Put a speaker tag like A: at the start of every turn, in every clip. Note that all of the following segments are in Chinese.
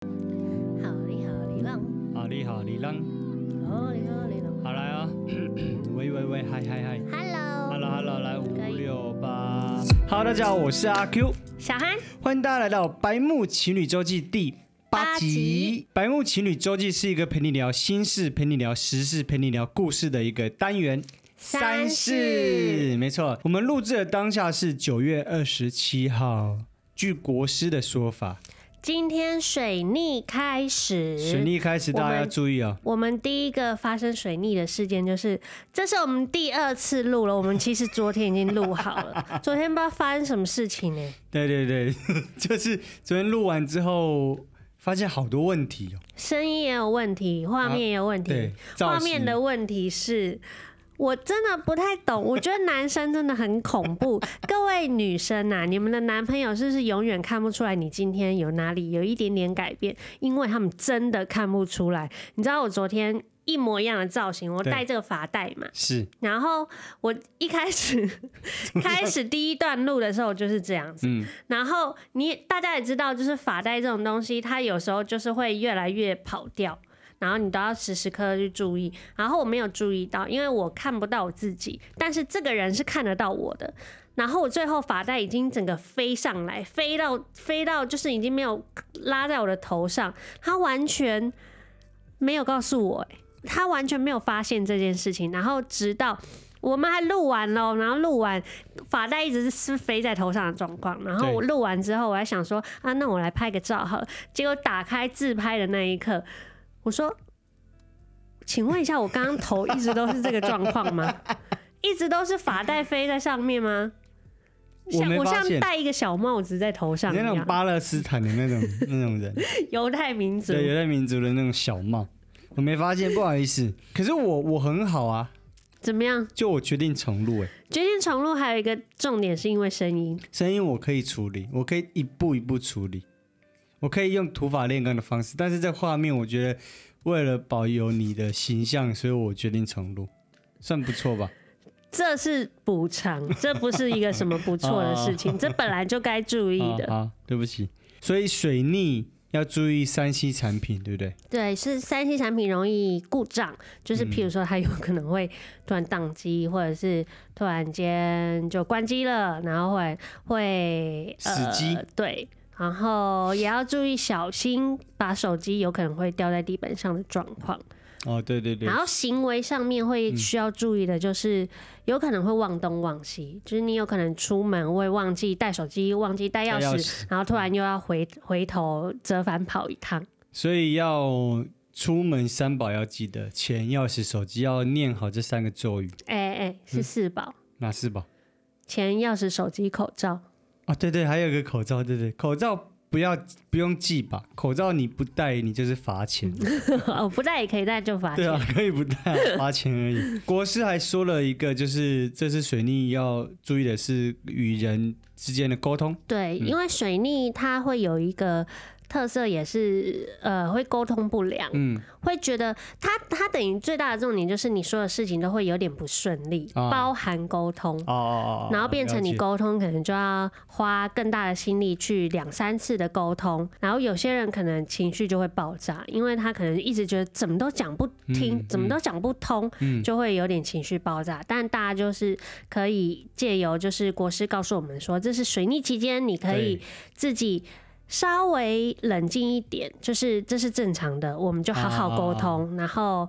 A: 啊你好，你浪，
B: 哦，你好，你好
A: 好来 啊、喂喂喂，嗨嗨嗨
B: ，Hello，
A: ，Hello Hello，来五
B: 可以
A: 六八，Hello 大家好，我是阿 Q，
B: 小憨，
A: 欢迎大家来到《白木情侣周记》第八
B: 八
A: 集
B: 集。
A: 《白木情侣周记》是一个陪你聊心事、陪你聊时事、陪你聊故事的一个单元。
B: 三事
A: 事，没错。我们录制的当下是九月二十七号。据国师的说法，
B: 今天水逆开始，
A: 水逆开始，
B: 嗯
A: 大
B: 我
A: 家
B: 们
A: 要注意哦。
B: 我们第一个发生水逆的事件就是，这是我们第二次录了。我们其实昨天已经录好了，昨天不知道发生什么事情呢、
A: 对对对， 就是昨天录完之后，发现好多问题哦。
B: 声音也有问题，画面也有问
A: 啊对
B: 题。，
A: 造
B: 画
A: 型
B: 面的问题是。我真的不太懂，我觉得男生真的很恐怖。 各位女生呐、你们的男朋友是不是永远看不出来你今天有哪里有一点点改变？因为他们真的看不出来。你知道我昨天一模一样的造型，我
A: 对
B: 戴这个发带嘛，
A: 是
B: 然后我一开始开始第一段录的时候就是这样子，
A: 嗯
B: 然后你大家也知道，就是发带这种东西，它有时候就是会越来越跑掉。然后你都要时时刻刻去注意，然后我没有注意到，因为我看不到我自己，但是这个人是看得到我的。然后我最后发带已经整个飞上来，飞到飞到就是已经没有拉在我的头上，他完全没有告诉我、欸，他完全没有发现这件事情。然后直到我们还录完了，然后录完发带一直是飞在头上的状况。然后
A: 对
B: 我录完之后，我还想说啊，那我来拍个照好了。结果打开自拍的那一刻，我说：“请问一下，我刚刚头一直都是这个状况吗？一直都是发带飞在上面吗？”
A: 我
B: 像
A: 没
B: 我
A: 发
B: 像
A: 现
B: 戴一个小帽子在头上一
A: 那种
B: 样，
A: 巴勒斯坦的那种那种人，
B: 犹太民族
A: 对犹太民族的那种小帽，我没发现，不好意思。可是我我很好啊，
B: 怎么样？
A: 就我决定重录，哎，
B: 决定重录还有一个重点是因为声音，
A: 声音我可以处理，我可以一步一步处理，我可以用土法炼钢的方式，但是在画面，我觉得为了保有你的形象，所以我决定重录，算不错吧？
B: 这是补偿，这不是一个什么不错的事
A: 哦
B: 情，这本来就该注意的。
A: 啊，好对不起。所以水逆要注意三 C 产品，对不对？
B: 对，是三 C 产品容易故障，就是
A: 嗯
B: 譬如说它有可能会突然宕机，或者是突然间就关机了，然后会会
A: 死机
B: 呃，对。然后也要注意小心，把手机有可能会掉在地板上的状况。
A: 哦，对对对嗯
B: 然，后行为上面会需要注意的，就是有可能会忘东忘西，就是你有可能出门会忘记带手机、忘记带钥
A: 带钥
B: 匙
A: 匙，
B: 然后突然又要回回头折返跑一趟。
A: 所以要出门三宝要记得钱、钥匙、手机要念好这三个咒语，
B: 哎、哎、
A: 嗯
B: 是四宝：
A: 哪四宝？
B: 钱、钥匙、手机、口罩。
A: 啊，对对，还有一个口罩，对对，口罩不要不用记吧，口罩你不戴你就是罚 钱，
B: 哦，不戴也可以戴，就罚
A: 对
B: 钱。
A: 啊，可以不戴啊罚钱而已。国师还说了一个，就是这次水逆要注意的是与人之间的沟通，
B: 对，
A: 嗯
B: 因为水逆它会有一个特色，也是呃会沟通不良，
A: 嗯，
B: 会觉得它它等于最大的重点就是你说的事情都会有点不顺利，
A: 啊
B: 包含沟通。
A: 哦哦哦，
B: 然后变成你
A: 了解
B: 沟通，可能就要花更大的心力去两三次的沟通，然后有些人可能情绪就会爆炸，因为他可能一直觉得怎么都讲不听，
A: 嗯
B: 怎么都讲不通，
A: 嗯
B: 就会有点情绪爆炸。但大家就是可以借由就是国师告诉我们说，这是水逆期间，你可以
A: 对
B: 自己。稍微冷静一点，就是这是正常的，我们就好好沟通，然后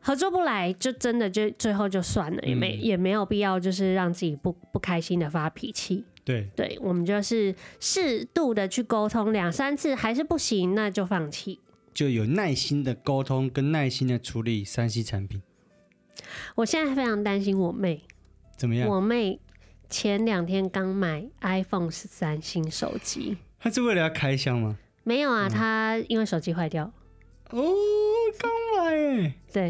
B: 合作不来就真的就最后就算了，也没、也没有必要就是让自己不不开心的发脾气。
A: 对。
B: 对我们就是适度的去沟通两三次，还是不行那就放弃。
A: 就有耐心的沟通跟耐心的处理三 C 产品，
B: 我现在非常担心我妹，
A: 怎么样？
B: 我妹前两天刚买 iPhone 十三新手机，
A: 他是为了要开箱吗？
B: 没有啊，她因为手机坏掉，
A: 哦，刚买耶，
B: 对，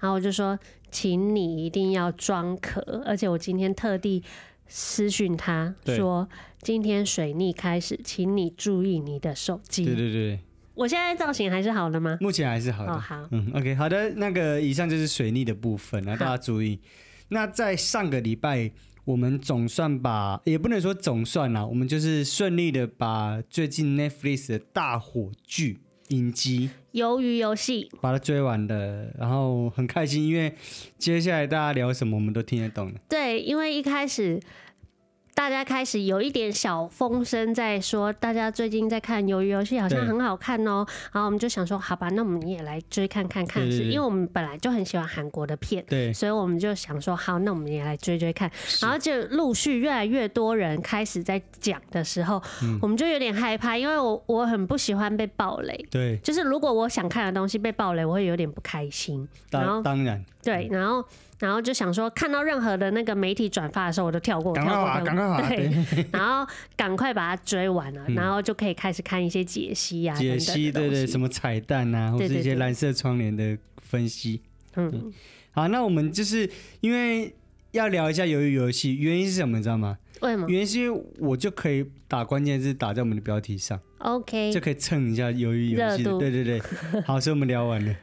B: 然后我就说，请你一定要装壳，而且我今天特地私讯他
A: 对
B: 说，今天水逆开始，请你注意你的手机。
A: 对对对，
B: 我现在造型还是好的吗？
A: 目前还是好的。
B: 哦，好，
A: 嗯，OK，好的，那个以上就是水逆的部分啊，
B: 好
A: 大家注意。那在上个礼拜，我们总算把，也不能说总算啦，我们就是顺利的把最近 Netflix 的大火剧影集
B: 鱿鱼游戏，
A: 把它追完了，然后很开心，因为接下来大家聊什么我们都听得懂了。
B: 对，因为一开始大家开始有一点小风声在说，大家最近在看《鱿鱼游戏》，好像
A: 对
B: 很好看哦、然后我们就想说，好吧，那我们也来追看看看，
A: 对对
B: 是因
A: 对
B: 为我们本来就很喜欢韩国的片，
A: 对，
B: 所以我们就想说，好，那我们也来追追看。
A: 是
B: 然后就陆续越来越多人开始在讲的时候，
A: 嗯
B: 我们就有点害怕，因为我我很不喜欢被暴雷。
A: 对，
B: 就是如果我想看的东西被暴雷，我会有点不开心。然后
A: 当当然，
B: 对，然后然后就想说，看到任何的那个媒体转发的时候，我都跳过，
A: 赶
B: 跳
A: 快
B: 过，跳
A: 啊，赶
B: 过
A: 快 啊，
B: 对，
A: 对，嗯
B: 然后赶快把它追完了，然后就可以开始看一些解析啊，
A: 解析，
B: 等等的
A: 对对，
B: 东西
A: 什么彩蛋啊，或
B: 对
A: 是
B: 对
A: 一些
B: 对
A: 蓝色窗帘的分析。
B: 嗯，
A: 好，那我们就是因为要聊一下鱿鱼游戏，原因是什么，你知道吗？
B: 为什么
A: 原因是因为我就可以打关键字打在我们的标题上，
B: ？OK，
A: 就可以蹭一下鱿鱼游
B: 热
A: 戏的。
B: 度
A: 对 对对，好，所以我们聊完了，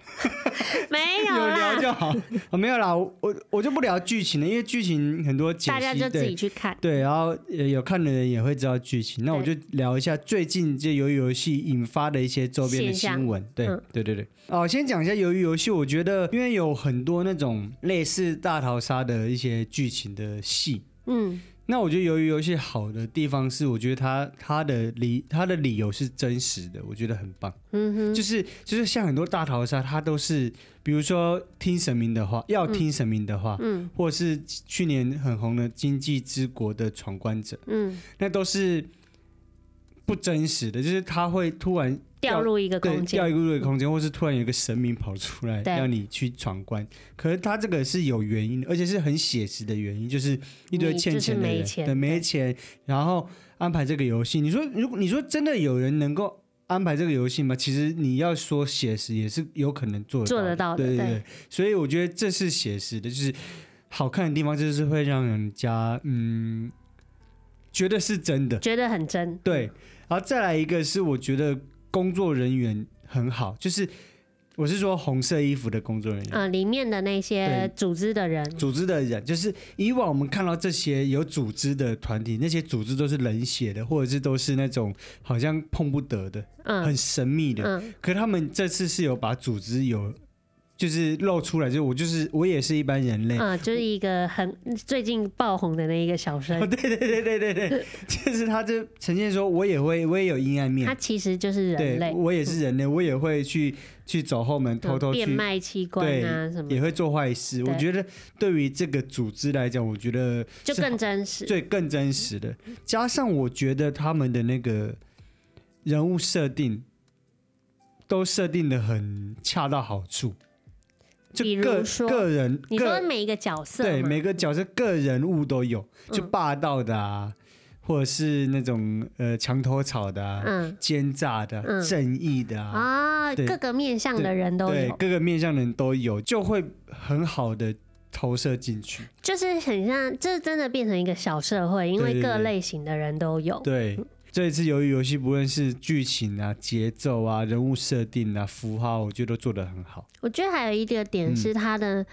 B: 没有
A: 有聊
B: 啦，
A: 就好，哦、没有啦，我我我就不聊剧情了，因为剧情很多解
B: 大家
A: 析，
B: 就自己
A: 对
B: 去看。
A: 对，然后呃有看的人也会知道剧情。那我就
B: 对
A: 聊一下最近这鱿鱼游戏引发的一些周边的
B: 现象
A: 新闻。对
B: 嗯
A: 对对对，哦，先讲一下鱿鱼游戏，我觉得因为有很多那种类似大逃杀的一些剧情的戏，
B: 嗯，
A: 那我觉得鱿鱼游戏好的地方是，我觉得它它的理它的理由是真实的，我觉得很棒。嗯哼，就是就是像很多大逃杀，它都是比如说听神明的话，
B: 嗯
A: 要听神明的话，嗯，或者是去年很红的《经济之国》的闯关者，
B: 嗯，
A: 那都是不真实的，就是他会突然
B: 掉入一个
A: 对，
B: 空
A: 掉
B: 间，
A: 一个空间，或是突然有一个神明跑出来
B: 对
A: 让你去闯关。可是他这个是有原因的，而且是很写实的原因，就是一堆
B: 你
A: 欠
B: 就是
A: 钱的
B: 没
A: 人，
B: 钱
A: 对，没
B: 对
A: 钱，然后安排这个游戏。你说，如果你说真的有人能够安排这个游戏吗？其实你要说写实，也是有可能做得
B: 做得到的对
A: 对对。所以我觉得这是写实的，就是好看的地方，就是会让人家嗯觉得是真的。
B: 觉得很真。
A: 对，然后再来一个是我觉得工作人员很好，就是我是说红色衣服的工作人员。
B: 啊、里面的那些组织的人，
A: 组织的人，就是以往我们看到这些有组织的团体，那些组织都是冷血的，或者是都是那种好像碰不得的、
B: 嗯
A: 很神秘的。
B: 嗯，
A: 可他们这次是有把组织有就是露出来，就是我就是我也是一般人类，
B: 嗯，就是一个很最近爆红的那一个小生，
A: 对 对对对对对，就是他就呈现说我也会我也有阴暗面
B: 他，其实就是人
A: 对
B: 类，
A: 我也是人类，我也会去去走后门偷偷
B: 嗯
A: 去
B: 变卖器官啊什么，
A: 也会做坏事。
B: 对
A: 我觉得对于这个组织来讲，我觉得
B: 就是更真实。
A: 最更真实的。加上我觉得他们的那个人物设定都设定的很恰到好处，就
B: 比如
A: 个
B: 说
A: 个人
B: 你说
A: 个
B: 每一个角色
A: 对
B: 吗
A: 每个角色个人物都有，
B: 嗯
A: 就霸道的啊，或者是那种呃墙头草的啊，
B: 嗯
A: 奸诈的啊、
B: 嗯
A: 正义的啊
B: 啊，
A: 对
B: 各个面向的人都
A: 对
B: 有，
A: 各个面向的人都有，就会很好的投射进去。
B: 就是很像，这真的变成一个小社会，因为
A: 对对
B: 各
A: 对
B: 类型的人都有。
A: 对，这一次由于游戏不论是剧情啊、节奏啊、人物设定啊、符号，我觉得都做得很好，
B: 我觉得还有一个点
A: 嗯
B: 是它的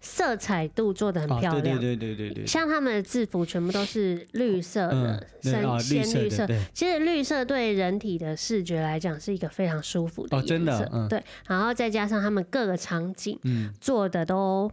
B: 色彩度做的很
A: 啊，
B: 漂
A: 对对
B: 亮，
A: 对对对对，
B: 像他们的制服全部都是绿色
A: 嗯
B: 的，，
A: 对
B: 呃深
A: 啊，
B: 鲜
A: 色
B: 绿色
A: 的，对，
B: 其实绿色对人体的视觉来讲是一个非常舒服的
A: 哦
B: 颜色，
A: 真的嗯
B: 对。然后再加上他们各个场景
A: 嗯
B: 做的都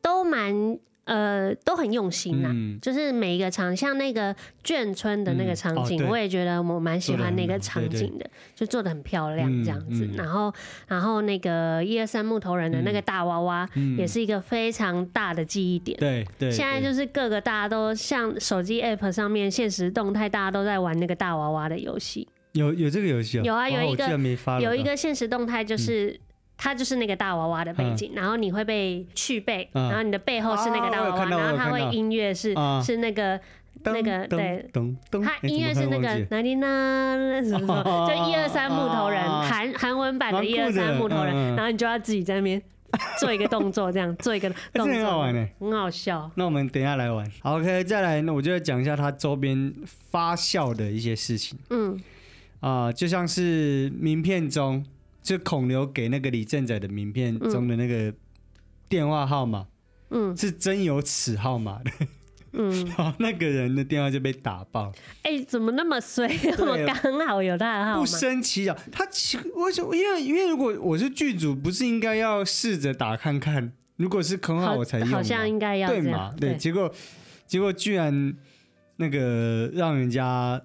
B: 都蛮呃都很用心啦、
A: 嗯，
B: 就是每一个场，像那个眷村的那个场景，
A: 嗯哦对
B: 我也觉得我蛮喜欢那个场景的，就做的很漂亮
A: 嗯
B: 这样子。
A: 嗯
B: 然后，然后那个一二三木头人的那个大娃娃，
A: 嗯
B: 也是一个非常大的记忆点。
A: 对对，
B: 现在就是是各个大家都像手机 app 上面现实动态，大家都在玩那个大娃娃的游戏。
A: 有有这个游戏哦，
B: 有啊
A: 哦
B: 有一
A: 我居
B: 个
A: 然没发了，啊
B: 有一个现实动态
A: 嗯
B: 就是。它就是那个大娃娃的背景，然后你会被去背，
A: 嗯
B: 然后你的背后是那个大娃
A: 啊我有
B: 娃，
A: 看到
B: 然后它
A: 我有看
B: 会
A: 到
B: 音乐是、
A: 啊
B: 是那个
A: 噔
B: 那个对，
A: 噔噔，
B: 它
A: 哎
B: 音乐是那个哪里呢？什么什么，
A: 哦
B: 就一二三木头人，
A: 哦哦哦
B: 韩韩文版
A: 蛮
B: 的
A: 酷
B: 一
A: 的
B: 二三木头人，
A: 嗯嗯
B: 然后你就要自己在那 边做一个动作，这样做一个
A: 怎么
B: 动
A: 会忘记哎这很好玩
B: 作，
A: 呢。
B: 很好笑。
A: 那我们等一下来玩好，OK，再来，那我就要讲一下它周边发酵的一些事情。
B: 嗯，
A: 啊、就像是名片中，就孔刘给那个李正宰的名片中的那个电话号码，
B: 嗯，
A: 是真有此号码的，
B: 嗯，
A: 然后那个人的电话就被打爆，
B: 哎、怎么那么衰？ 我
A: 对
B: 刚好有他的号
A: 不
B: 码，
A: 生其扰。他其为什么？因为因为如果我是剧组，不是应该要试着打看看？如果是很好我才用吗
B: 好像应该要
A: 对
B: 这
A: 嘛
B: 样，？
A: 对，结果结果居然那个让人家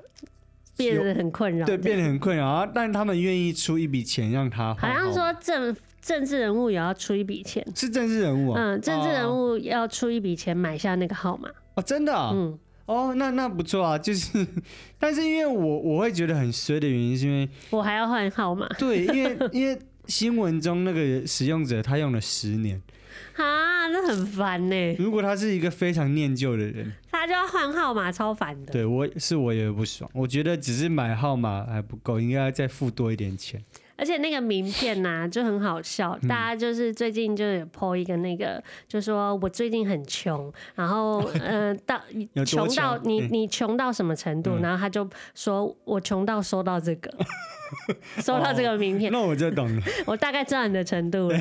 B: 变得很困扰。
A: 对变得很困扰，啊但他们愿意出一笔钱让他
B: 好
A: 画
B: 像
A: 好
B: 说政政治人物也要出一笔钱，
A: 是政治人物啊，
B: 嗯，政治人
A: 哦
B: 物要出一笔钱买下那个号码，
A: 哦，真的啊、
B: 嗯，
A: 哦，那那不错啊，就是， 但是因为我我会觉得很衰的原因，是因为
B: 我还要换号码
A: 对，因为因为新闻中那个使用者他用了十年，
B: 啊，那很烦呢、
A: 如果他是一个非常念旧的人，
B: 他就要换号码，超烦的。
A: 对我是我也不爽，我觉得只是买号码还不够，应该再付多一点钱。
B: 而且那个名片 呐、就很好笑，
A: 嗯
B: 大家就是最近就有 po 一个那个，就说我最近很穷，然 后呃到
A: 有多
B: 穷到
A: 穷
B: 你
A: 嗯
B: 你穷到什么程度？然后他就说我穷到收到这个， 收到这个名片，
A: 那我就懂了。
B: 我大概知道你的程 度了。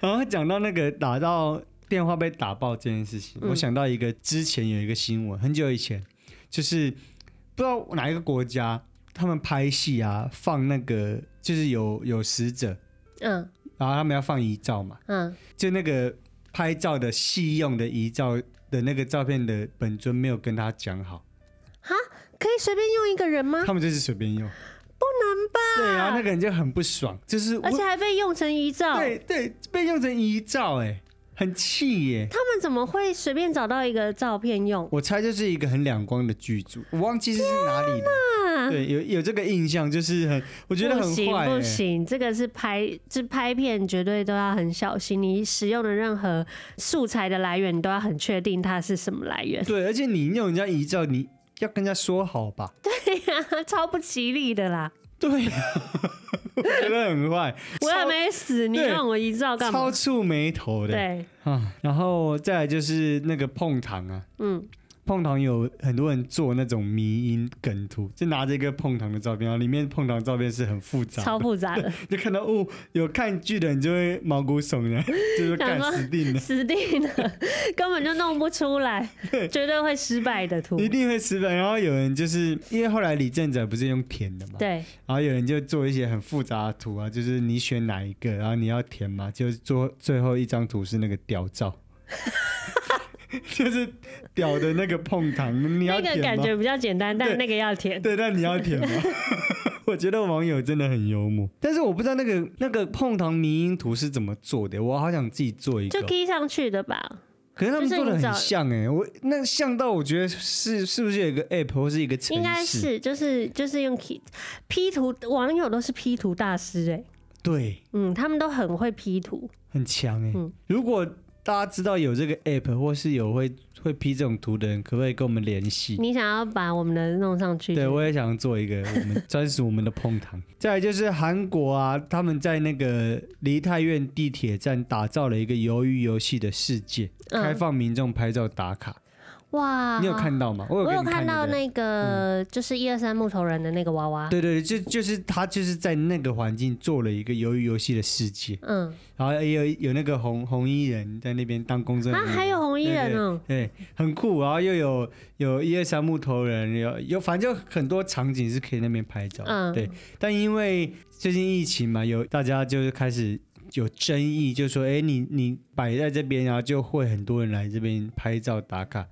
A: 然后讲到那个打到电话被打爆这件事情，
B: 嗯
A: 我想到一个之前有一个新闻，很久以前，就是不知道哪一个国家，他们拍戏啊，放那个就是有有死者，
B: 嗯
A: 然后他们要放遗照嘛，
B: 嗯，
A: 就那个拍照的戏用的遗照的那个照片的本尊没有跟他讲好，
B: 可以随便用一个人吗？
A: 他们就是随便用，不能吧？对，然后那个人就很不爽，就是我
B: 而且还被用成遗照，
A: 对对被用成遗照、哎，很气耶、
B: 他们怎么会随便找到一个照片用？
A: 我猜就是一个很两光的剧组，我忘记是哪里了。
B: 啊
A: 对，有有这个印象，就是很，我觉得
B: 不
A: 很
B: 行
A: 坏、
B: 不
A: 欸。
B: 行，这个是拍这拍片绝对都要很小心，你使用的任何素材的来源，你都要很确定它是什么来源，
A: 对，而且你用人家遗照，你要跟人家说好吧？
B: 超不吉利的啦！
A: 对呀、 我觉得很坏，
B: 我又没死，你
A: 对
B: 让我遗照干
A: 超
B: 嘛？
A: 触眉头的。
B: 对，
A: 啊，然后再来就是那个碰糖啊，
B: 嗯，
A: 碰糖有很多人做那种迷因梗图，就拿着一个碰糖的照片，然后里面碰糖照片是很复杂的，
B: 超复杂 的，
A: 就看到哦，有看剧的人就会毛骨 悚然，就是干
B: 想说
A: 死定了。
B: 死定了，根本就弄不出来，绝对会失败的图。
A: 一定会失败。然后有人就是因为后来李正宰不是用填的嘛，
B: 对，
A: 然后有人就做一些很复杂的图啊，就是你选哪一个，然后你要填嘛，就是做最后一张图是那个屌照， 就是屌的那个碰糖，你要
B: 那个
A: 填
B: 感
A: 吗？
B: 觉比较简单，但
A: 对
B: 那个要填。
A: 对，但你要填吗？ 我觉得网友真的很幽默，但是我不知道那个那个碰糖迷因图是怎么做的，我好想自己做一个
B: 就。key 上去的吧，
A: 可是他们
B: 就是
A: 做的
B: 你找
A: 很像哎、我那像到我觉得是是不是有一个 app 或是一个程式？
B: 应该是就是就是用 key P 图，网友都是 P 图大师哎、
A: 对，
B: 嗯，他们都很会 P 图，
A: 很强哎、
B: 嗯
A: 如果大家知道有这个 app，或是有会会 P 这种图的人，可不可以跟我们联系？
B: 你想要把我们的弄上去，
A: 对，我也想做一个我们专属我们的碰 糖。再来就是韩国啊，他们在那个梨泰院地铁站打造了一个鱿鱼游戏的世界，
B: 嗯
A: 开放民众拍照打卡。
B: 哇，
A: 你有？看到吗？我有
B: 我
A: 给
B: 有
A: 你
B: 看
A: 看
B: 到
A: 对不对嗯
B: 那个、就是一二三木头人的那个娃娃，
A: 对对对，就就是他就是在那个环境做了一个鱿鱼游戏的世界，
B: 嗯，
A: 然后也有有那个红红衣人在那边当公证人
B: 啊，
A: 员。
B: 还有红衣人哦、
A: 对，很酷，然后又有有一二三木头人，有有反正就很多场景是可以那边拍照，
B: 嗯
A: 对。但因为最近疫情嘛，有大家就是开始有争议，就说，哎，你你摆在这边，然后就会很多人来这边拍照打卡，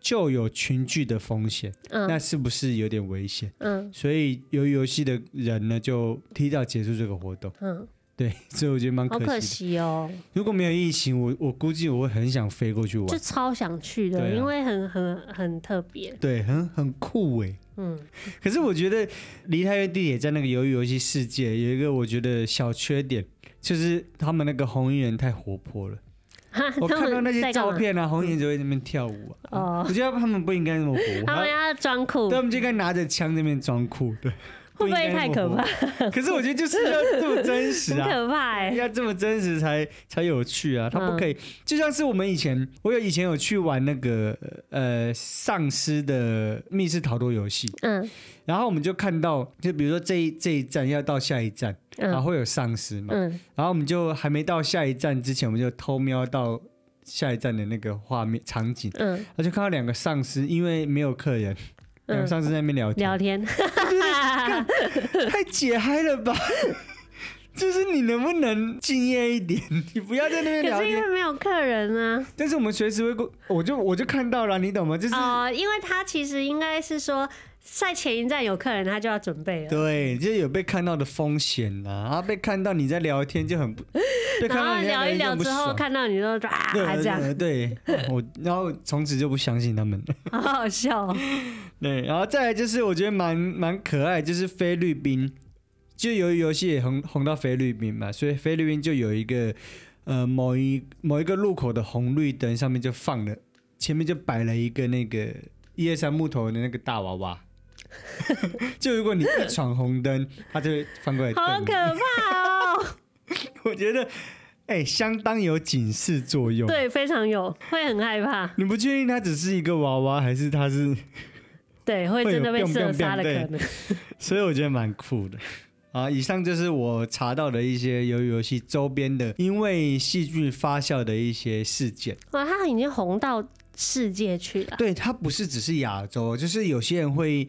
A: 就有群聚的风险，那
B: 嗯
A: 是不是有点危险？
B: 嗯
A: 所以由于游戏的人呢，就提早结束这个活动，
B: 嗯，
A: 对，所以我觉得蛮
B: 好
A: 惜的。
B: 可惜哦、
A: 如果没有疫情，我我估计我会很想飞过去玩
B: 就，超想去的，
A: 对啊
B: 因为很很很特别，
A: 对，很很酷哎、
B: 嗯，
A: 可是我觉得梨泰院地铁站那个鱿鱼游戏世界有一个我觉得小缺点，就是他们那个红衣人太活泼了。
B: 哈
A: 我
B: 他
A: 看到
B: 们
A: 那些
B: 在干
A: 照
B: 嘛，
A: 片啊，红衣人就会在那边跳舞啊
B: 哦。
A: 我觉得他们不应该那么 活，
B: 他们要装酷
A: 对，他们就应该拿着枪在那边装酷，对。
B: 会不
A: 应
B: 会
A: 该
B: 太
A: 那
B: 可
A: 么
B: 怕？
A: 活？可是我觉得就是要这么真实
B: 很
A: 啊。
B: 可怕 哎、
A: 要这么真实才才有趣啊！他不
B: 嗯
A: 可以，就像是我们以前，我有以前有去玩那个呃丧尸的密室逃脱游戏，
B: 嗯
A: 然后我们就看到，就比如说这一这一站要到下一站，然
B: 嗯
A: 后会有丧尸嘛，
B: 嗯
A: 然后我们就还没到下一站之前，我们就偷瞄到下一站的那个画面场景，
B: 嗯
A: 他就看到两个丧尸，因为没有客人，两
B: 嗯，
A: 个丧尸在那边聊天，
B: 聊天，
A: 太解嗨了吧？ 就是你能不能敬业一点？你不要在那边
B: 可
A: 聊
B: 是因
A: 天。
B: 为没有客人啊。
A: 但是我们随时会过，我就我就看到了，你懂吗？就是、
B: 哦，因为他其实应该是说，在前一站有客人，他就要准备了。
A: 对，就是有被看到的风险啦、啊，被看到你在聊天就很不，被
B: 然
A: 看到
B: 后
A: 你在
B: 聊一
A: 天就
B: 聊
A: 很不
B: 之后，
A: 爽
B: 看到你就说啊
A: 对
B: 这样，
A: 对，对我然后从此就不相信他们了。
B: 好好笑、哦。
A: 对，然后再来就是我觉得蛮蛮可爱，就是菲律宾，就由于游戏也红红到菲律宾嘛，所以菲律宾就有一个呃某一某一个路口的红绿灯上面就放了，前面就摆了一个那个一二三木头的那个大 娃娃。就如果你一闯红灯，他就会翻过来
B: 好
A: 瞪
B: 可
A: 你。
B: 怕 哦！
A: 我觉得，哎、相当有警示作用。
B: 对，非常有，会很害怕，
A: 你不确定它只是一个娃娃，还是它是
B: 对，会
A: 会有
B: 真的被
A: 砰
B: 射
A: 砰
B: 杀
A: 砰
B: 的可
A: 对
B: 能。
A: 所以我觉得蛮酷的。 啊，以上就是我查到的一些由于游戏周边的，因为戏剧发酵的一些事件。
B: 哇，他已经红到世界去了。
A: 对，它不是只是亚洲，就是有些人会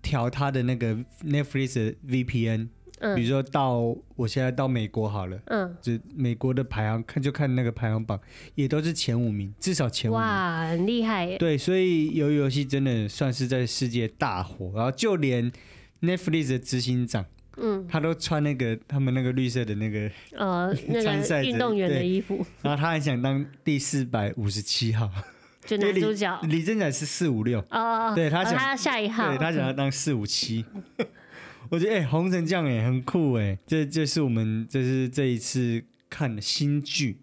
A: 调他的那个 Netflix 的 VPN，比
B: 嗯
A: 如说到我现在到美国好了，
B: 嗯，
A: 就美国的排行看就看那个排行榜，也都是前五名，至少前五名。
B: 嗯哇，很厉害耶！
A: 对，所以由于游戏真的算是在世界大火，然后就连 Netflix 的执行长。
B: 嗯，
A: 他都穿那个他们那个绿色的那个，
B: 呃，那
A: 参赛
B: 个
A: 者
B: 运动员的
A: 对
B: 衣服，
A: 然后他很想当第四百五十七号，
B: 就
A: 因为
B: 男主角。
A: 李正宰是四五六，
B: 哦哦，哦
A: 对他
B: 哦
A: 想
B: 他下一号，
A: 对他想要当四五七。 我觉得哎、红成这样哎、很酷哎、这就是我们这是这一次看的新剧。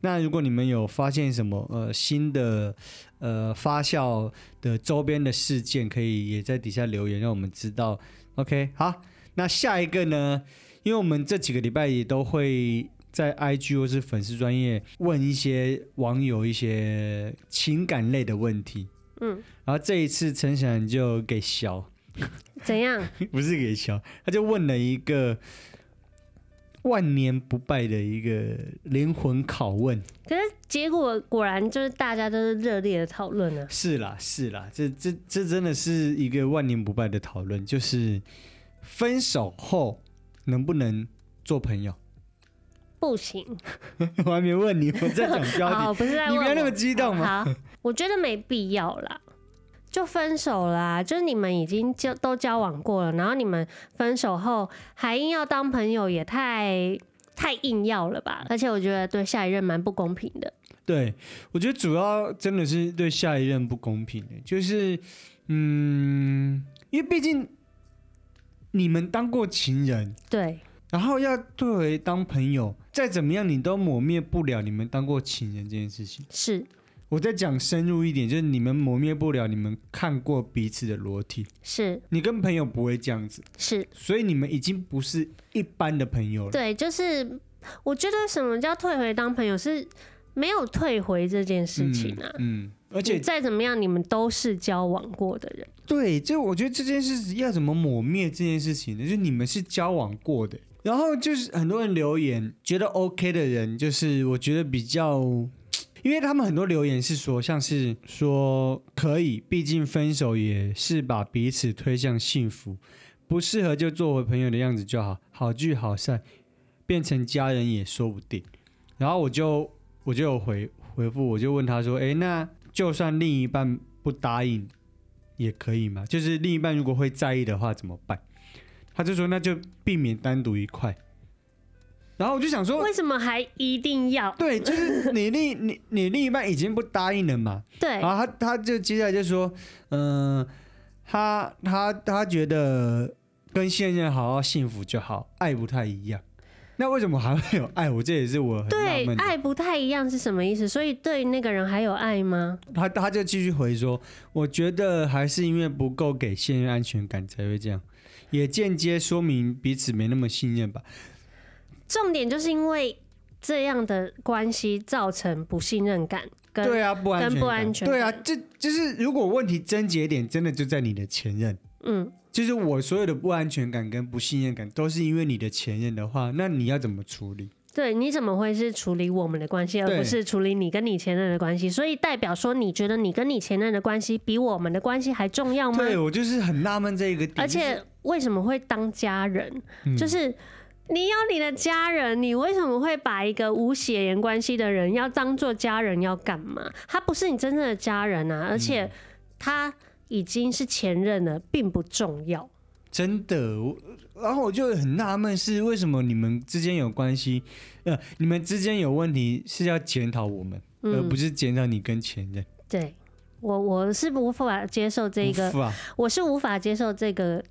A: 那如果你们有发现什么呃新的呃发酵的周边的事件，可以也在底下留言，让我们知道。OK，好，那下一个呢？因为我们这几个礼拜也都会在 IG 或是粉丝专业问一些网友一些情感类的问题。
B: 嗯，
A: 然后这一次陈翔就给小，
B: 怎样？
A: 不是给小，他就问了一个万年不败的一个灵魂拷问。
B: 可是结果果然就是大家都是热烈的讨论啊。
A: 是啦，是啦，这这这真的是一个万年不败的讨论，就是分手后能不能做朋友？
B: 不行，
A: 我还没问你，我在讲标题。
B: 哦，不是在问
A: 你不要
B: 我
A: 那么激动嘛
B: 好，我觉得没必要啦，就分手啦、就是你们已经交都交往过了，然后你们分手后还硬要当朋友，也太太硬要了吧？而且我觉得对下一任蛮不公平的。
A: 对，我觉得主要真的是对下一任不公平的，就是嗯，因为毕竟你们当过情人，
B: 对，
A: 然后要退回当朋友，再怎么样你都抹灭不了你们当过情人这件事情。
B: 是
A: 我再讲深入一点，就是你们抹灭不了你们看过彼此的裸体，
B: 是
A: 你跟朋友不会这样子，
B: 是，
A: 所以你们已经不是一般的朋友了。
B: 对，就是我觉得什么叫退回当朋友是没有退回这件事情啊。
A: 嗯，嗯，而
B: 而
A: 且
B: 再怎么样，你们都是交往过的人。
A: 对，就我觉得这件事要怎么抹灭这件事情呢？就是你们是交往过的，然后就是很多人留言觉得 OK 的人，就是我觉得比较，因为他们很多留言是说，像是说可以，毕竟分手也是把彼此推向幸福，不适合就做回朋友的样子就好，好聚好散，变成家人也说不定。然后我就我就有回回复，我就问他说，诶，那就算另一半不答应。也可以嘛，就是另一半如果会在意的话怎么办？他就说那就避免单独一块。然后我就想说，
B: 为什么还一定要？
A: 对，就是你另你你另一半已经不答应了嘛，
B: 对
A: 然，后他他就接下来就说，嗯、他他他觉得跟现任好好幸福就好，爱不太一样。那为什么还会有爱？我这也是我很纳
B: 对
A: 闷，的。
B: 爱不太一样是什么意思？所以对那个人还有爱吗？
A: 他他就继续回说，我觉得还是因为不够给现任安全感才会这样，也间接说明彼此没那么信任吧。
B: 重点就是因为这样的关系造成不信任感，跟
A: 对啊，不安全
B: 跟
A: 感，
B: 不安全感
A: 对啊，这就是如果问题症结点真的就在你的前任，
B: 嗯，
A: 就是我所有的不安全感跟不信任感都是因为你的前任的话，那你要怎么处理？
B: 对，你怎么会是处理我们的关系，而
A: 对
B: 不是处理你跟你前任的关系？所以代表说，你觉得你跟你前任的关系比我们的关系还重要吗？
A: 对我就是很纳闷这一个点，
B: 而且为什么会当家人？
A: 嗯
B: 就是你有你的家人，你为什么会把一个无血缘关系的人要当做家人？要干嘛？他不是你真正的家人
A: 嗯
B: 啊！而且他已经是前任了，并不重要。
A: 真的，我然后我就很纳闷是为什么你们之间有关系，呃，你们之间有问题是要检讨我们，而
B: 嗯
A: 不是检讨你跟前任。
B: 对我，我是无法接受这个
A: 无法
B: 我是无法接受这个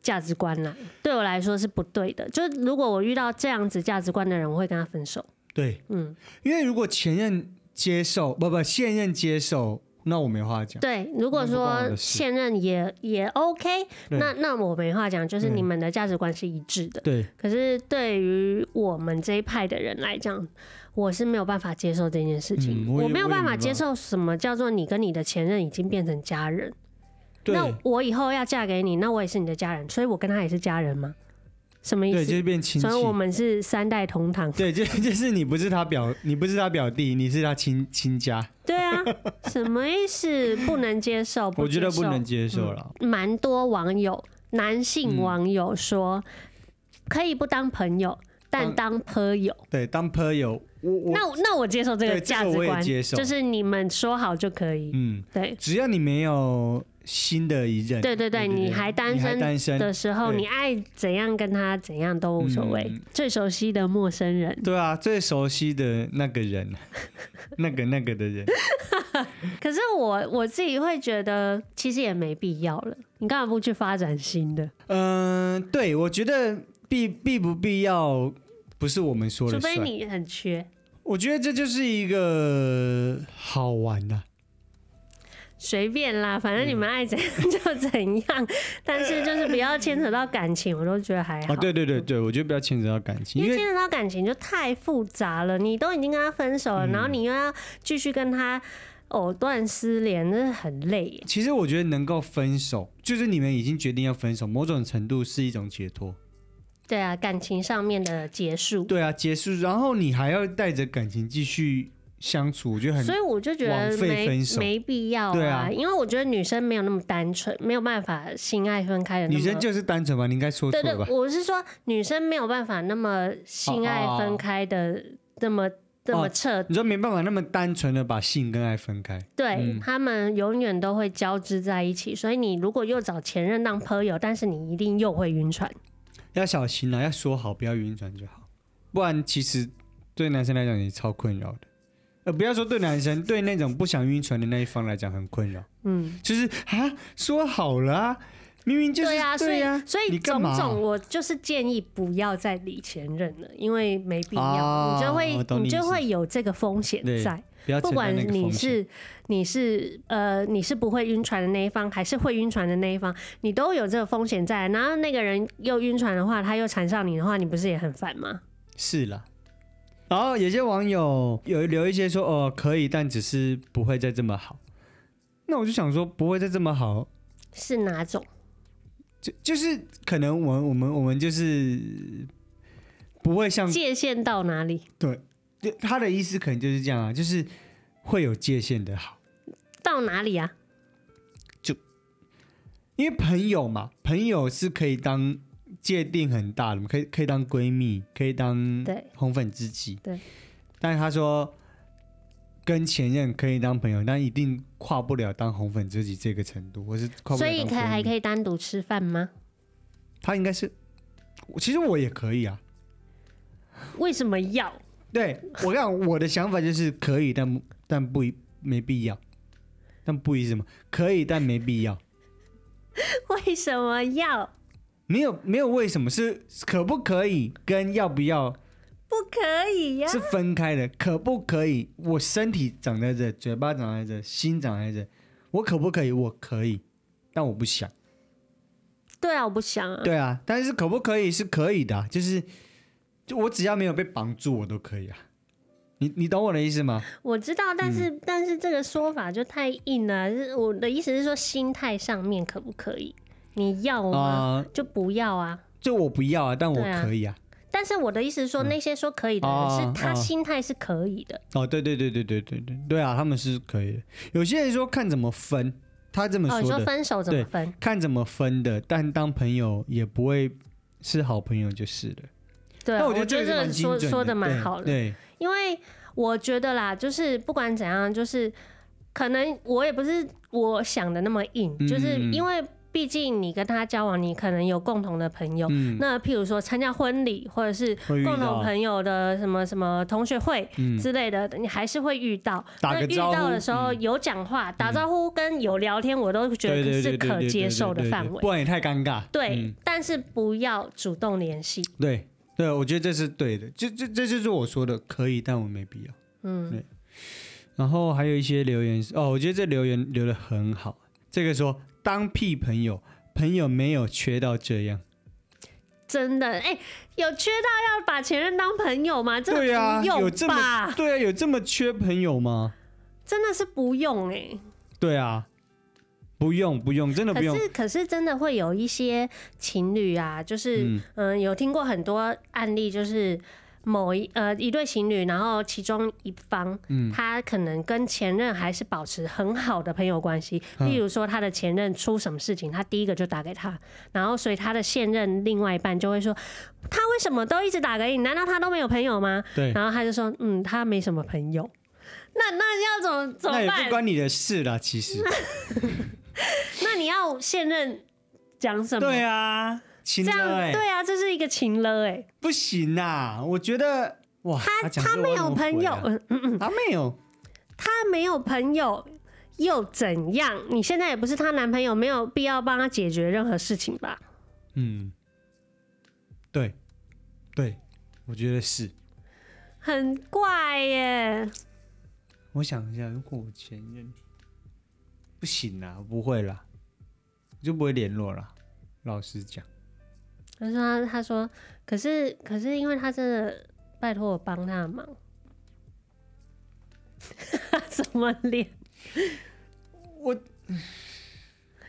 B: 价值观啦，对我来说是不对的。就是如果我遇到这样子价值观的人，我会跟他分手。
A: 对，
B: 嗯，
A: 因为如果前任接受，不不现任接受，那我没话讲。
B: 对，如果
A: 那不关我
B: 说
A: 的事
B: 现任也也 OK，
A: 对嗯
B: 那那我没话讲，就是
A: 对
B: 你们的价值观是一致的。
A: 对，
B: 可是对于我们这一派的人来讲，我是没有办法接受这件事情，
A: 嗯我也
B: 没有
A: 我也
B: 办法
A: 没办
B: 接
A: 法
B: 受什么叫做你跟你的前任已经变成家人。
A: 对，
B: 那我以后要嫁给你，那我也是你的家人，所以我跟他也是家人吗？什么意
A: 对，
B: 思
A: 就？是变亲戚
B: 所以。我们是三代同堂。
A: 对，就就是你不是他表，你不是他表弟，你是他亲亲家，
B: 对啊，什么意思？不能接 受，
A: 我
B: 接受
A: 觉得不能。接受了。
B: 蛮多网友，男性网友说，可以不当朋友，但当朋友。
A: 对，当朋友，我我
B: 嗯那我那我接受这个
A: 对这
B: 价
A: 个
B: 值
A: 我也
B: 观，
A: 接受
B: 就是你们说好就可以。
A: 嗯，
B: 对
A: 只要你没有新的一任，
B: 对对对，你还单身
A: 你还单身
B: 的时候，
A: 对
B: 你爱怎样跟他怎样都无所谓。
A: 嗯
B: 最熟悉的陌生人，
A: 对啊，最熟悉的那个人， 那个那个的人，
B: 可是我我自己会觉得，其实也没必要了。你干嘛不去发展新的？
A: 嗯、对，我觉得必必不必要，不是我们说
B: 除
A: 了
B: 非
A: 算。
B: 你很缺。
A: 我觉得这就是一个好玩啊的、
B: 随便啦，
A: 嗯
B: 反正你们爱怎样就怎样，但是就是不要牵扯到感情，我都觉得还好。
A: 啊，对对对对，我觉得不要牵扯到感情，
B: 因
A: 因
B: 为
A: 为
B: 牵扯到感情就太复杂了，你都已经跟他分手了，
A: 嗯
B: 然后你又要继续跟他藕断丝连，真的很累耶。
A: 其实我觉得能够分手，就是你们已经决定要分手，某种程度是一种解脱。
B: 对啊，感情上面的结束，
A: 对啊，结束，然后你还要带着感情继续相处，我觉得啊很
B: 所以我就觉
A: 枉
B: 得
A: 费
B: 没
A: 分手
B: 没必要
A: 对
B: 啊
A: 啊
B: 因为我觉得女生没有那么单纯，没有办法性爱分开的那么。
A: 女生就是单纯吧，你应该说
B: 对
A: 错
B: 对
A: 了吧，？
B: 我是说女生没有办法那么性爱
A: 哦哦哦
B: 分开的那么这么
A: 哦
B: 彻
A: 你说没办法那么单纯的把性跟爱分开，
B: 对、
A: 嗯
B: 他们永远都会交织在一起，所以你如果又找前任当朋友，但是你一定又会晕船。
A: 要小心啊，要说好，不要晕船就好，不然其实对男生来讲也超困扰的。呃，不要说对男生，对那种不想晕船的那一方来讲很困扰，
B: 嗯，
A: 就是啊，说好了啊，明明就是
B: 对啊，所以、
A: 啊
B: 所以
A: 你干
B: 种
A: 嘛
B: 种，我就是建议不要再理前任了，因为没必要，
A: 哦
B: 你就
A: 我
B: 会
A: 懂你
B: 你
A: 意
B: 就
A: 思
B: 会有这个风险
A: 对
B: 在。
A: 不要
B: 不
A: 承担
B: 管
A: 那个
B: 你
A: 风险。
B: 是你是呃你是不会晕船的那一方，还是会晕船的那一方，你都有这个风险在。然后那个人又晕船的话，他又缠上你的话，你不是也很烦吗？
A: 是啦。然后有些网友有留一些说哦可以，但只是不会再这么好。那我就想说不会再这么好，
B: 是哪种？
A: 就就是可能我们我们我们就是不会像
B: 界限到哪里？
A: 就他的意思可能就是这样啊，就是会有界限的好，
B: 到哪里啊？
A: 因为朋友嘛，朋友是可以当界定很大的，可以可以当闺蜜，可以当
B: 对
A: 红粉知己。
B: 对，
A: 但是他说跟前任可以当朋友，但一定跨不了当红粉知己这个程度，我是跨不
B: 所
A: 了
B: 以
A: 当
B: 可还
A: 闺
B: 可
A: 蜜。
B: 以单独吃饭吗？
A: 他应该是，我其实我也可以啊。
B: 为什么要？
A: 对我讲我的想法就是可以，但但不一没必要。但不一什么可以，但没必要。
B: 为什么要？
A: 没有没有为什么是可不可以跟要不要
B: 不可以呀、
A: 是分开的，可不可以？我身体长在这，嘴巴长在这，心长在这，我可不可以？我可以，但我不想。
B: 对啊，我不想啊。
A: 对啊，但是可不可以是可以的啊、就是就我只要没有被绑住，我都可以啊。你你懂我的意思吗？
B: 我知道，但是、
A: 嗯
B: 但是这个说法就太硬了。是我的意思是说，心态上面可不可以？你要吗？
A: 啊、
B: 就不要啊。
A: 就我不要啊，但我
B: 对啊
A: 可以啊。
B: 但是我的意思是说，那些说可以的人
A: 哦
B: 是他
A: 哦
B: 心态是可以的，
A: 哦，对对对对对对对对啊，他们是可以的。有些人说看怎么分，他这么
B: 哦，你说
A: 说的，
B: 分手怎
A: 对
B: 么分？
A: 看怎么分的，但当朋友也不会是好朋友就是了。
B: 对啊，
A: 那我
B: 我
A: 觉得这
B: 这
A: 个
B: 个说说的蛮好的，
A: 对，
B: 因为我觉得啦，就是不管怎样，就是可能我也不是我想的那么硬，
A: 嗯
B: 就是因为毕竟你跟他交往，你可能有共同的朋友，
A: 嗯，
B: 那譬如说参加婚礼或者是
A: 会遇
B: 共同
A: 到
B: 朋友的什么什么同学会
A: 嗯
B: 之类的，你还是会遇到。
A: 打
B: 那
A: 个
B: 遇
A: 招
B: 到
A: 呼嗯
B: 的时候有讲话、打招呼跟有聊天，我都觉
A: 对
B: 得是
A: 对对对
B: 可
A: 对
B: 接
A: 对
B: 受
A: 对
B: 的
A: 对
B: 范
A: 对
B: 围。
A: 不然也太尴尬。
B: 对
A: 嗯，
B: 但是不要主动联系。
A: 对对，我觉得这是对的，这这这就是我说的可以，但我没必要。
B: 嗯，
A: 然后还有一些留言是哦，我觉得这留言留的很好。这个说当屁朋友，朋友没有缺到这样。
B: 真的，哎、有缺到要把前任当朋友吗？真的
A: 对呀、
B: 不
A: 有
B: 用
A: 这
B: 吧？
A: 么对啊，有这么缺朋友吗？
B: 真的是不用哎、
A: 对啊，不用不用，真的
B: 可
A: 不用。
B: 是可是真的会有一些情侣啊，就是
A: 嗯
B: 嗯、有听过很多案例，就是某一呃一对情侣，然后其中一方，
A: 嗯
B: 他可能跟前任还是保持很好的朋友关系，
A: 嗯
B: 例如说他的前任出什么事情，他第一个就打给他，然后所以他的现任另外一半就会说，他为什么都一直打给你？难道他都没有朋友吗？
A: 对，
B: 然后他就说，嗯，他没什么朋友。那那要怎么怎
A: 哎那
B: 么
A: 也
B: 办
A: 不？关你的事啦，其实。
B: 那你要现任讲什么？
A: 对啊，亲
B: 这
A: 了
B: 样
A: 哎、
B: 对啊，这是一个情了哎、
A: 不行啊，我觉得哇，他讲
B: 他
A: 这个
B: 没
A: 我要
B: 有
A: 怎么
B: 朋
A: 回
B: 友
A: 啊，
B: 嗯
A: 他没有，
B: 他没有朋友又怎样？你现在也不是她男朋友，没有必要帮她解决任何事情吧？
A: 嗯，对，对，我觉得是。
B: 很怪耶、
A: 我想一下，如果我前任不行啦，不会啦，就不会联络啦。老实讲，
B: 可是他他说，可是可是因为他真的拜托我帮他的 忙，什么脸？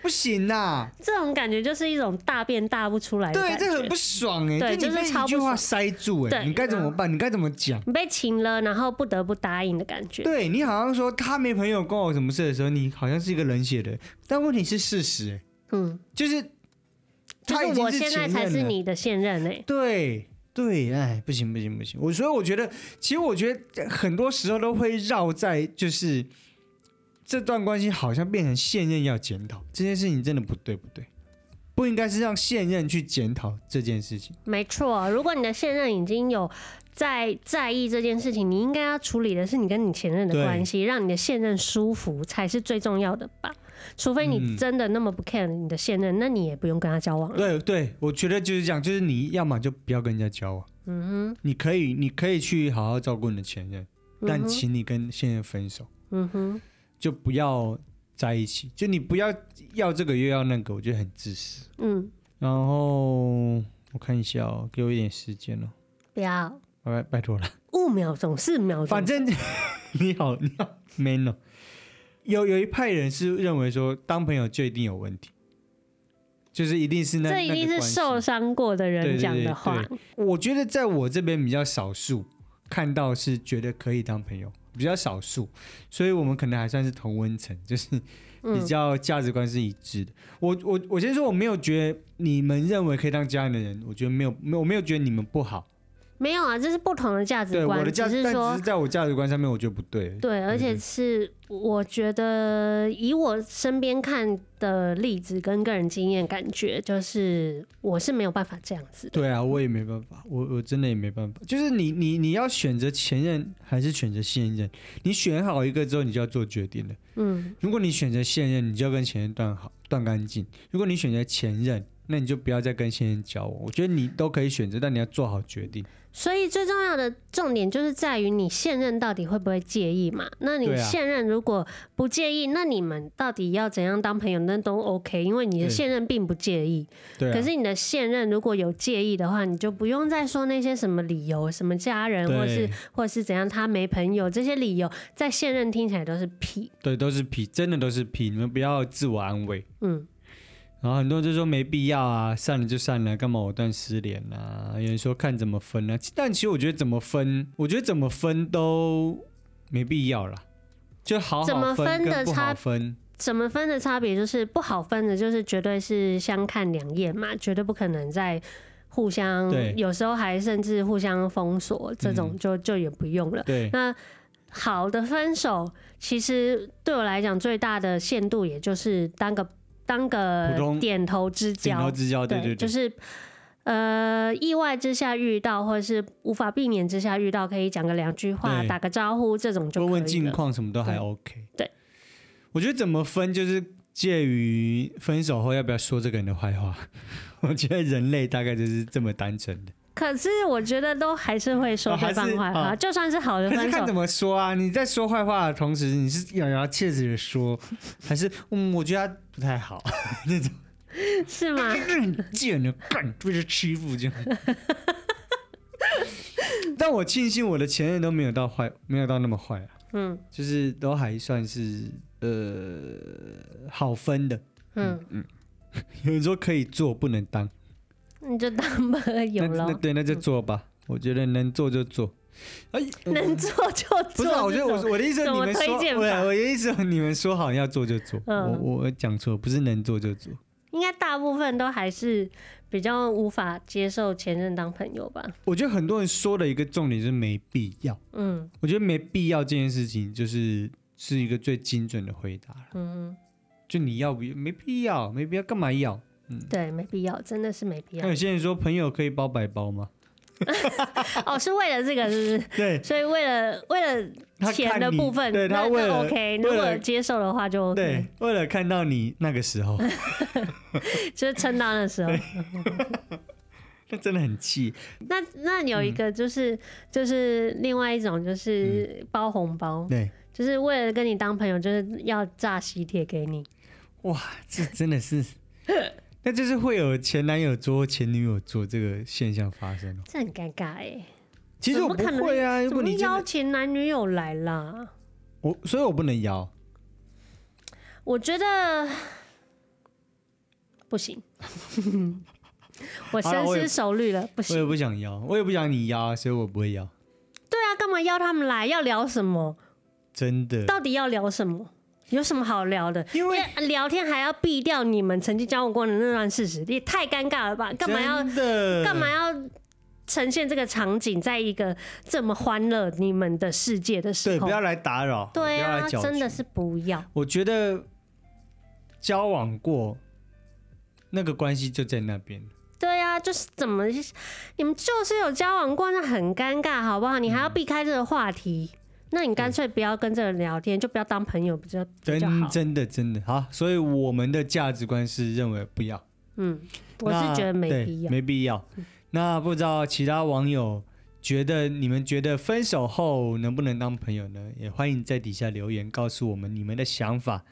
A: 不行啦，
B: 这种感觉就是一种大便大不出来的
A: 对，
B: 感觉。
A: 这很不爽哎、
B: 对
A: 就你
B: 就是
A: 被
B: 超
A: 一
B: 不
A: 句话
B: 爽
A: 塞住哎、
B: 对嗯
A: 你该怎么办？你该怎么讲？
B: 你被擒了，然后不得不答应的感觉。
A: 对你好像说他没朋友关我什么事的时候，你好像是一个冷血的人，但问题是事实、欸，
B: 嗯，
A: 就是
B: 就
A: 他已
B: 是
A: 经
B: 我
A: 是
B: 现在
A: 前
B: 才
A: 任
B: 是
A: 了
B: 你的现任哎、
A: 对对，哎，不行不行不行，我所以我觉得，其实我觉得很多时候都会绕在就是这段关系好像变成现任要检讨这件事情，真的不对不对，不应该是让现任去检讨这件事情。
B: 没错，如果你的现任已经有在在意这件事情，你应该要处理的是你跟你前任的
A: 对
B: 关系，让你的现任舒服才是最重要的吧。除非你
A: 嗯
B: 真的那么不 care 你的现任，那你也不用跟他交往了。
A: 对对，我觉得就是这样，就是你要么就不要跟人家交往，
B: 嗯
A: 你可以你可以去好好照顾你的前任，
B: 哼，
A: 但
B: 嗯哼
A: 请你跟现任分手，
B: 嗯哼，
A: 就不要在一起，就你不要要这个又要那个，我觉得很自私。
B: 嗯，
A: 然后我看一下哦，给我一点时间哦，
B: 不要
A: 拜拜拜托了。
B: 五秒钟四秒
A: 反
B: 钟，
A: 正 你好，你好 man 哦。有有一派人是认为说，当朋友就一定有问题，就是一定是那
B: 这一定
A: 那个
B: 是
A: 关系
B: 受伤过的
A: 对
B: 人
A: 对
B: 讲
A: 对
B: 的话。
A: 我觉得在我这边比较少数看到是觉得可以当朋友，比较少数，所以我们可能还算是同温层，就是比
B: 嗯，
A: 较价值观是一致的。我我我先说，我没有觉得你们认为可以当家人的人，我觉得没有没有，我没有觉得你们不好。
B: 没有啊，这是不同的价值
A: 对
B: 观，
A: 我的价值，
B: 只是
A: 但
B: 说
A: 只是在我价值观上面，我觉得不对。
B: 对，而
A: 嗯
B: 且是我觉得以我身边看的例子跟个人经验，感觉就是我是没有办法这样子的。
A: 对啊，我也没办法，我我真的也没办法。就是你你你要选择前任还是选择现任，你选好一个之后，你就要做决定了。
B: 嗯，
A: 如果你选择现任，你就要跟前任断好断干净；如果你选择前任，那你就不要再跟现任交往。我觉得你都可以选择，但你要做好决定。
B: 所以最重要的重点就是在于你现任到底会不会介意嘛？那你
A: 对啊
B: 现任如果不介意，那你们到底要怎样当朋友，那都 OK，因为你的
A: 对
B: 现任并不介意。
A: 对啊，
B: 可是你的现任如果有介意的话，你就不用再说那些什么理由、什么家人
A: 对
B: 或是或是怎样他没朋友这些理由，在现任听起来都是屁。
A: 对都是屁，真的都是屁，你们不要自我安慰。
B: 嗯，
A: 然后很多人就说没必要啊，散了就散了，干嘛藕断丝连啊？有人说看怎么分啊，但其实我觉得怎么分，我觉得怎么分都没必要啦，就好
B: 怎
A: 好
B: 么分的
A: 跟不
B: 差
A: 好分，
B: 怎么分的差别就是不好分的，就是绝对是相看两厌嘛，绝对不可能在互相
A: 对，嗯
B: 有时候还甚至互相封锁，这种就、就也不用了。
A: 对
B: 那好的分手，其实对我来讲最大的限度，也就是当个当个
A: 普通
B: 点头之
A: 点头
B: 交，
A: 之交，对对，
B: 就是呃意外之下遇到，或者是无法避免之下遇到，可以讲个两句话，
A: 对
B: 打个招呼，这种就
A: 问
B: 可
A: 问
B: 以
A: 近
B: 了。
A: 况什么都还
B: 对
A: OK。
B: 对，
A: 我觉得怎么分就是介于分手后要不要说这个人的坏话。 我觉得人类大概就是这么单纯的，
B: 可是我觉得都还是会说
A: 哦还
B: 对方
A: 是
B: 坏
A: 哦
B: 话，就算是好的
A: 可是
B: 分
A: 看
B: 手
A: 怎，么说啊。你在说坏话的同时，你是咬牙切齿的说，还是嗯，我觉得他不太 好，
B: 是吗？
A: 贱的，哎干被他欺负这样。 但我庆幸我的前任都没有到坏，没有到那么坏啊，
B: 嗯
A: 就是都还算是呃好分的。
B: 嗯，
A: 有人说可以做不能当，
B: 你就当朋
A: 那
B: 友
A: 那
B: 喽，
A: 对那就做吧，我觉得能做就做。哎，
B: 能做就做。
A: 不是啊，我觉得我
B: 这种
A: 我的意思，
B: 怎
A: 你
B: 么
A: 们说，
B: 推荐
A: 我
B: 法
A: 我的意思，你们说好要做就做，
B: 嗯
A: 我我讲错，不是能做就做。
B: 应该大部分都还是比较无法接受前任当朋友吧。
A: 我觉得很多人说的一个重点是没必要，
B: 嗯
A: 我觉得没必要这件事情就是是一个最精准的回答了
B: 嗯，
A: 就你要不没必要，没必要干嘛要？
B: 嗯对，没必要，真的是没必要
A: 那有。些人说朋友可以包白包吗？
B: 哦，是为了这个是不是？
A: 对
B: 所以为了为
A: 他
B: 了钱
A: 看
B: 的
A: 你
B: 部分，
A: 对他
B: 那
A: 为
B: 那
A: 了
B: OK，如
A: 为了
B: 果接受的话就 OK，
A: 对，为了看到你那个时候。
B: 就是撑到那时候。
A: 那真的很气，
B: 那那有
A: 嗯
B: 一个就是、就是另外一种
A: 嗯
B: 就是包红包，
A: 对，
B: 就是为了跟你当朋友，就是要炸喜帖给你。
A: 这真的是，那就是会有前男友做前女友做这个现象发生哦。
B: 这很尴尬哎、
A: 其实我不
B: 怎么可能
A: 会啊，如
B: 怎
A: 果
B: 么
A: 你真
B: 邀
A: 的
B: 请男女友来啦？
A: 我，所以我不能邀。
B: 我觉得不 行，我深
A: 我也
B: 思熟虑了，不
A: 我
B: 行。
A: 也不想邀，我也不想你邀啊，所以我不会邀。
B: 对啊，干嘛邀他们来？要聊什么？
A: 真的，
B: 到底要聊什么？有什么好聊的？
A: 因为
B: 聊天还要避掉你们曾经交往过的那段事实，也太尴尬了吧？干嘛要
A: 真的
B: 干嘛？要呈现这个场景，在一个这么欢乐你们的世界的时
A: 对，
B: 候
A: 不？要来打扰，
B: 对
A: 不要来
B: 啊，
A: 搅局
B: 真的是不要。
A: 我觉得交往过，那个关系就在那边。
B: 对啊，就是怎么，你们就是有交往过，那很尴尬，好不好？你还要避开这个话题，那你干脆不要跟这个人聊天，就不要当朋友，比较比较
A: 真
B: 好。
A: 真的真的好，所以我们的价值观是认为不要。
B: 嗯，我是
A: 那
B: 觉得没
A: 对
B: 必要。嗯
A: 没必要。那不知道其他网友觉得你们觉得分手后能不能当朋友呢？也欢迎在底下留言告诉我们你们的想法。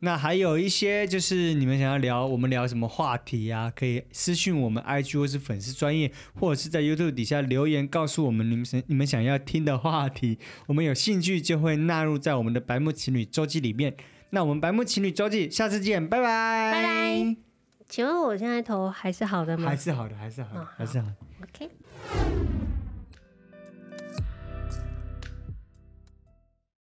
A: 那还有一些就是你们想要聊，我们聊什么话题啊？可以私信我们 IG 或是粉丝专业，或者是在 YouTube 底下留言告诉我们你们想你们想要听的话题，我们有兴趣就会纳入在我们的白木情侣周记里面。那我们白木情侣周记下次见，拜拜，
B: 拜拜，请问我现在头还是好的吗
A: 还是好的，还是好的，
B: 哦
A: 还是好的。
B: ？OK。